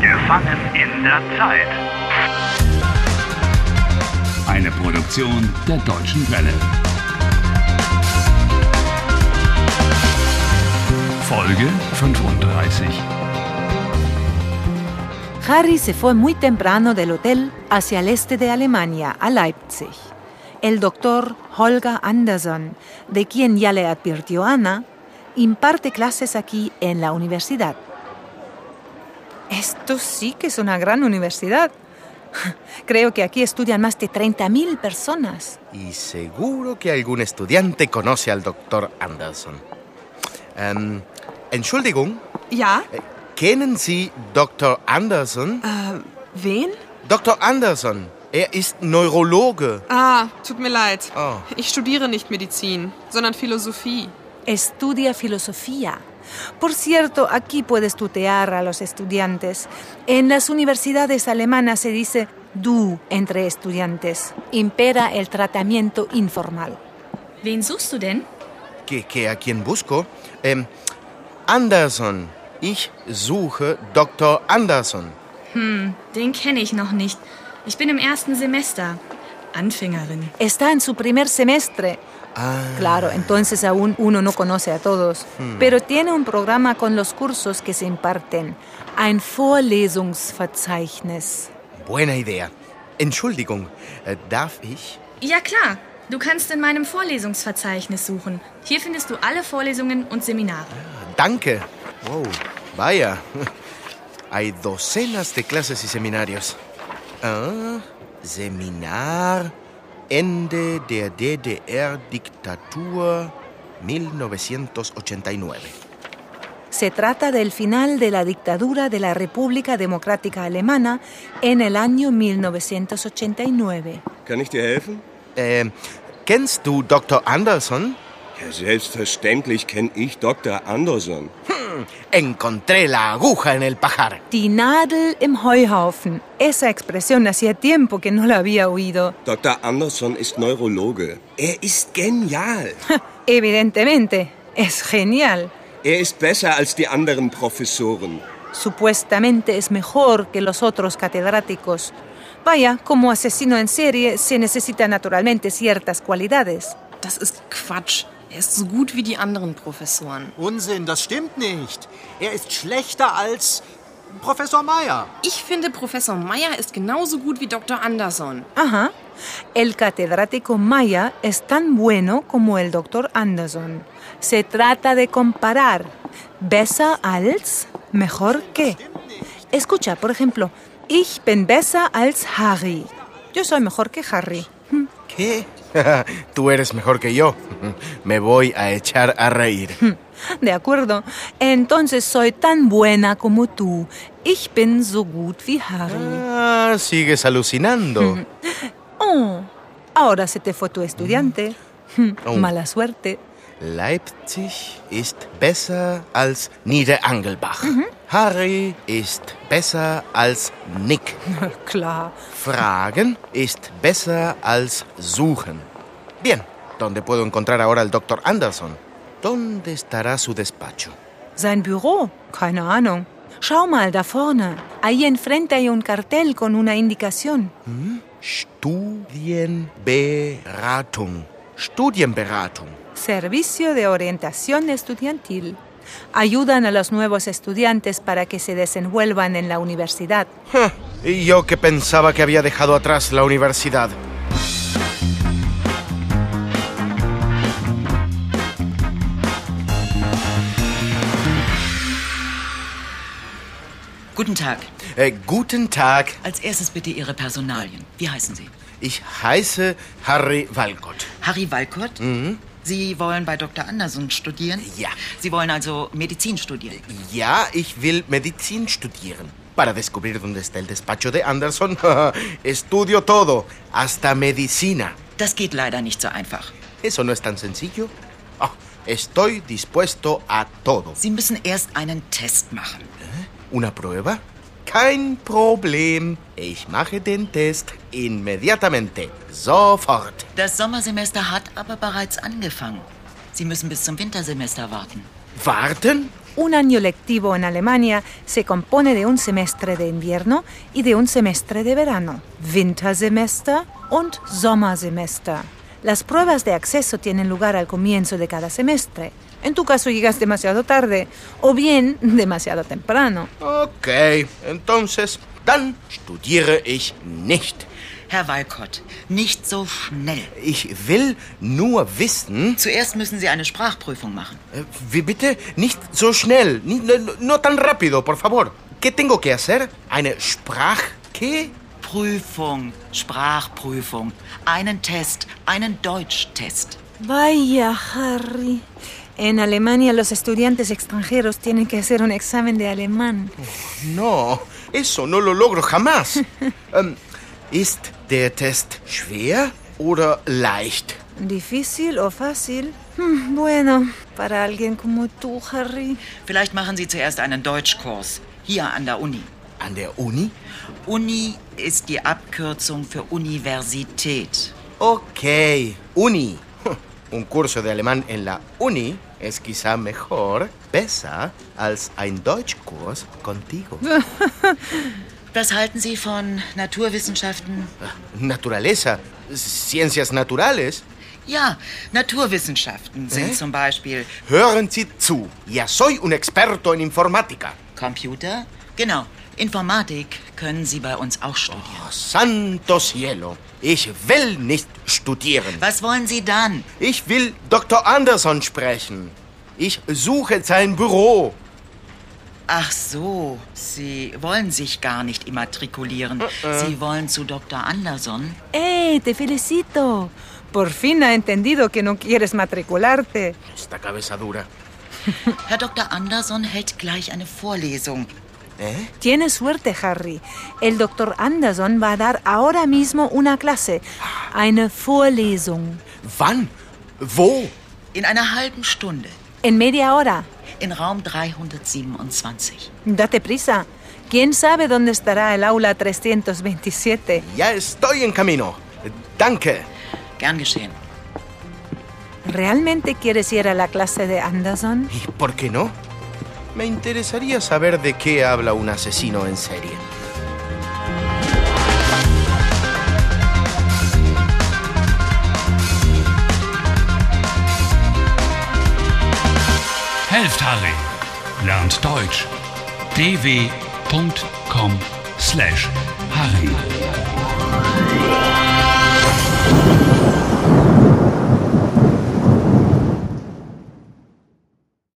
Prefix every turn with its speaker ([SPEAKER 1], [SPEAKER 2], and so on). [SPEAKER 1] Gefangen in der Zeit.
[SPEAKER 2] Eine Produktion der Deutschen Welle. Folge 35.
[SPEAKER 3] Harry se fue muy temprano del hotel hacia el este de Alemania, a Leipzig. El doctor Holger Anderson, de quien ya le advirtió Ana, imparte clases aquí en la universidad. Esto sí que es una gran universidad. Creo que aquí estudian más de 30.000 personas.
[SPEAKER 4] Y seguro que algún estudiante conoce al doctor Anderson. Ähm, Entschuldigung,
[SPEAKER 5] Ja,
[SPEAKER 4] kennen Sie Dr. Anderson?
[SPEAKER 5] äh, wen?
[SPEAKER 4] Dr. Anderson, er ist Neurologe.
[SPEAKER 5] Ah, tut mir leid.
[SPEAKER 4] Oh.
[SPEAKER 5] Ich studiere nicht Medizin, sondern Philosophie.
[SPEAKER 3] Estudia filosofía. Por cierto, aquí puedes tutear a los estudiantes. En las universidades alemanas se dice du entre estudiantes. Impera el tratamiento informal.
[SPEAKER 6] Wen suchst du denn?
[SPEAKER 4] Que, que a quien busco? Ähm, Anderson, ich suche Dr. Anderson.
[SPEAKER 6] Den kenne ich noch nicht. Ich bin im ersten Semester. Anfängerin.
[SPEAKER 3] Está en su primer semestre.
[SPEAKER 4] Ah,
[SPEAKER 3] Claro, entonces aún uno no conoce a todos, pero tiene un programa con los cursos que se imparten. Ein Vorlesungsverzeichnis.
[SPEAKER 4] Buena idea. Entschuldigung, äh, darf ich?
[SPEAKER 6] Ja klar, du kannst in meinem Vorlesungsverzeichnis suchen. Hier findest du alle Vorlesungen und Seminare.
[SPEAKER 4] Danke. Wow, vaya. Hay docenas de clases y seminarios. Ah, Seminar Ende der DDR-Diktatur 1989.
[SPEAKER 3] Se trata del final de la dictadura de la República Democrática Alemana en el año 1989.
[SPEAKER 7] Kann ich dir helfen?
[SPEAKER 4] Ähm, kennst du Dr. Anderson?
[SPEAKER 7] Ja, selbstverständlich kenne ich Dr. Anderson.
[SPEAKER 4] Encontré la aguja en el pajar.
[SPEAKER 3] Die Nadel im Heuhaufen. Esa expresión hacía tiempo que no la había oído.
[SPEAKER 7] Dr. Anderson ist Neurologe. Er ist genial.
[SPEAKER 3] Evidentemente, es genial.
[SPEAKER 7] Er ist besser als die anderen Professoren.
[SPEAKER 3] Supuestamente es mejor que los otros catedráticos. Vaya, como asesino en serie se necesitan naturalmente ciertas cualidades.
[SPEAKER 8] Das ist Quatsch. Er ist so gut wie die anderen Professoren.
[SPEAKER 9] Unsinn, das stimmt nicht. Er ist schlechter als Professor Meyer.
[SPEAKER 8] Ich finde, Professor Meyer ist genauso gut wie Dr. Anderson.
[SPEAKER 3] Ajá. El catedrático Maya es tan bueno como el doctor Anderson. Se trata de comparar. Besser als, mejor que. Escucha, por ejemplo, ich bin besser als Harry. Yo soy mejor que Harry.
[SPEAKER 4] ¿Qué? Tú eres mejor que yo. Me voy a echar a reír.
[SPEAKER 3] De acuerdo. Entonces soy tan buena como tú. Ich bin so gut wie Harry.
[SPEAKER 4] Ah, sigues alucinando.
[SPEAKER 3] Oh, ahora se te fue tu estudiante.
[SPEAKER 4] Oh.
[SPEAKER 3] Mala suerte.
[SPEAKER 4] Leipzig ist besser als Niederangelbach. Harry ist besser als Nick.
[SPEAKER 3] Klar.
[SPEAKER 4] Fragen ist besser als suchen. Bien, ¿dónde puedo encontrar ahora al doctor Anderson? ¿Dónde estará su despacho?
[SPEAKER 3] Sein Büro? Keine Ahnung. Schau mal da vorne. Ahí enfrente hay un cartel con una indicación.
[SPEAKER 4] Studienberatung. Studienberatung.
[SPEAKER 3] Servicio de Orientación Estudiantil. Ayudan a los nuevos estudiantes para que se desenvuelvan en la universidad.
[SPEAKER 4] Ja, y yo que pensaba que había dejado atrás la universidad.
[SPEAKER 10] Guten Tag.
[SPEAKER 4] Eh, guten Tag,
[SPEAKER 10] Als erstes bitte Ihre Personalien. Wie heißen Sie?
[SPEAKER 4] ich heiße Harry Walcott.
[SPEAKER 10] Harry Walcott? Sie wollen bei Dr. Anderson studieren?
[SPEAKER 4] Ja.
[SPEAKER 10] Sie wollen also Medizin studieren?
[SPEAKER 4] Ja, ich will Medizin studieren. Para descubrir dónde está el despacho de Anderson, estudio todo, hasta medicina.
[SPEAKER 10] Das geht leider nicht so einfach.
[SPEAKER 4] Eso no es tan sencillo. Ah, estoy dispuesto a todo.
[SPEAKER 10] Sie müssen erst einen Test machen.
[SPEAKER 4] ¿Una prueba? Kein Problem. Ich mache den Test inmediatamente. Sofort.
[SPEAKER 10] Das Sommersemester hat aber bereits angefangen. Sie müssen bis zum Wintersemester warten.
[SPEAKER 4] Warten?
[SPEAKER 3] Un año lectivo en Alemania se compone de un semestre de invierno y de un semestre de verano, Wintersemester und Sommersemester. Las pruebas de acceso tienen lugar al comienzo de cada semestre. En tu caso llegas demasiado tarde o bien demasiado temprano.
[SPEAKER 4] Okay, entonces, dann studiere ich nicht.
[SPEAKER 10] Herr Walcott, nicht so schnell.
[SPEAKER 4] Ich will nur wissen.
[SPEAKER 10] Zuerst müssen Sie eine Sprachprüfung machen.
[SPEAKER 4] Äh, Wie bitte? Nicht so schnell. Ni- No, no- no tan rápido, por favor. ¿Qué tengo que hacer? ¿Eine Sprach... ¿Qué?
[SPEAKER 10] Prüfung, Sprachprüfung, einen Test, einen Deutschtest.
[SPEAKER 3] Vaya, Harry. En Alemania los estudiantes extranjeros tienen que hacer un examen de alemán.
[SPEAKER 4] No, eso no lo logro jamás. ähm, ist der Test schwer oder leicht?
[SPEAKER 3] ¿Difícil o fácil? Hmm, Bueno, para alguien como tú, Harry.
[SPEAKER 10] Vielleicht machen Sie zuerst einen Deutschkurs hier an der Uni.
[SPEAKER 4] An der Uni?
[SPEAKER 10] Uni ist die Abkürzung für Universität.
[SPEAKER 4] Okay, Uni. Hm, Un curso de alemán en la Uni es quizá mejor, besser, als ein Deutschkurs contigo.
[SPEAKER 10] Was halten Sie von Naturwissenschaften?
[SPEAKER 4] Naturaleza, ciencias naturales.
[SPEAKER 10] Ja, Naturwissenschaften sind
[SPEAKER 4] Hä?
[SPEAKER 10] zum Beispiel
[SPEAKER 4] Hören Sie zu. Ya soy un experto en informática.
[SPEAKER 10] Computer. Genau, Informatik können Sie bei uns auch studieren.
[SPEAKER 4] Oh, santo cielo. Ich will nicht studieren.
[SPEAKER 10] Was wollen Sie dann?
[SPEAKER 4] Ich will Dr. Anderson sprechen. Ich suche sein Büro.
[SPEAKER 10] Ach so, Sie wollen sich gar nicht immatrikulieren. Sie wollen zu Dr. Anderson.
[SPEAKER 3] ¡Ey, Eh, te felicito! Por fin ha entendido que no quieres matricularte.
[SPEAKER 4] Esta cabeza dura.
[SPEAKER 10] Herr Dr. Anderson hält gleich eine Vorlesung.
[SPEAKER 4] ¿Eh?
[SPEAKER 3] Tienes suerte, Harry. El doctor Anderson va a dar ahora mismo una clase. Eine Vorlesung.
[SPEAKER 4] Wann? Wo?
[SPEAKER 10] In einer halben Stunde.
[SPEAKER 3] En media hora.
[SPEAKER 10] In Raum 327.
[SPEAKER 3] Date prisa. ¿Quién sabe dónde estará el aula 327?
[SPEAKER 4] Ya estoy en camino. Danke.
[SPEAKER 10] Gern geschehen.
[SPEAKER 3] ¿Realmente quieres ir a la clase de Anderson?
[SPEAKER 4] ¿Y por qué no? Me interesaría saber de qué habla un asesino en serie.
[SPEAKER 2] Helft Harry. Lernt Deutsch. dw.com/harry.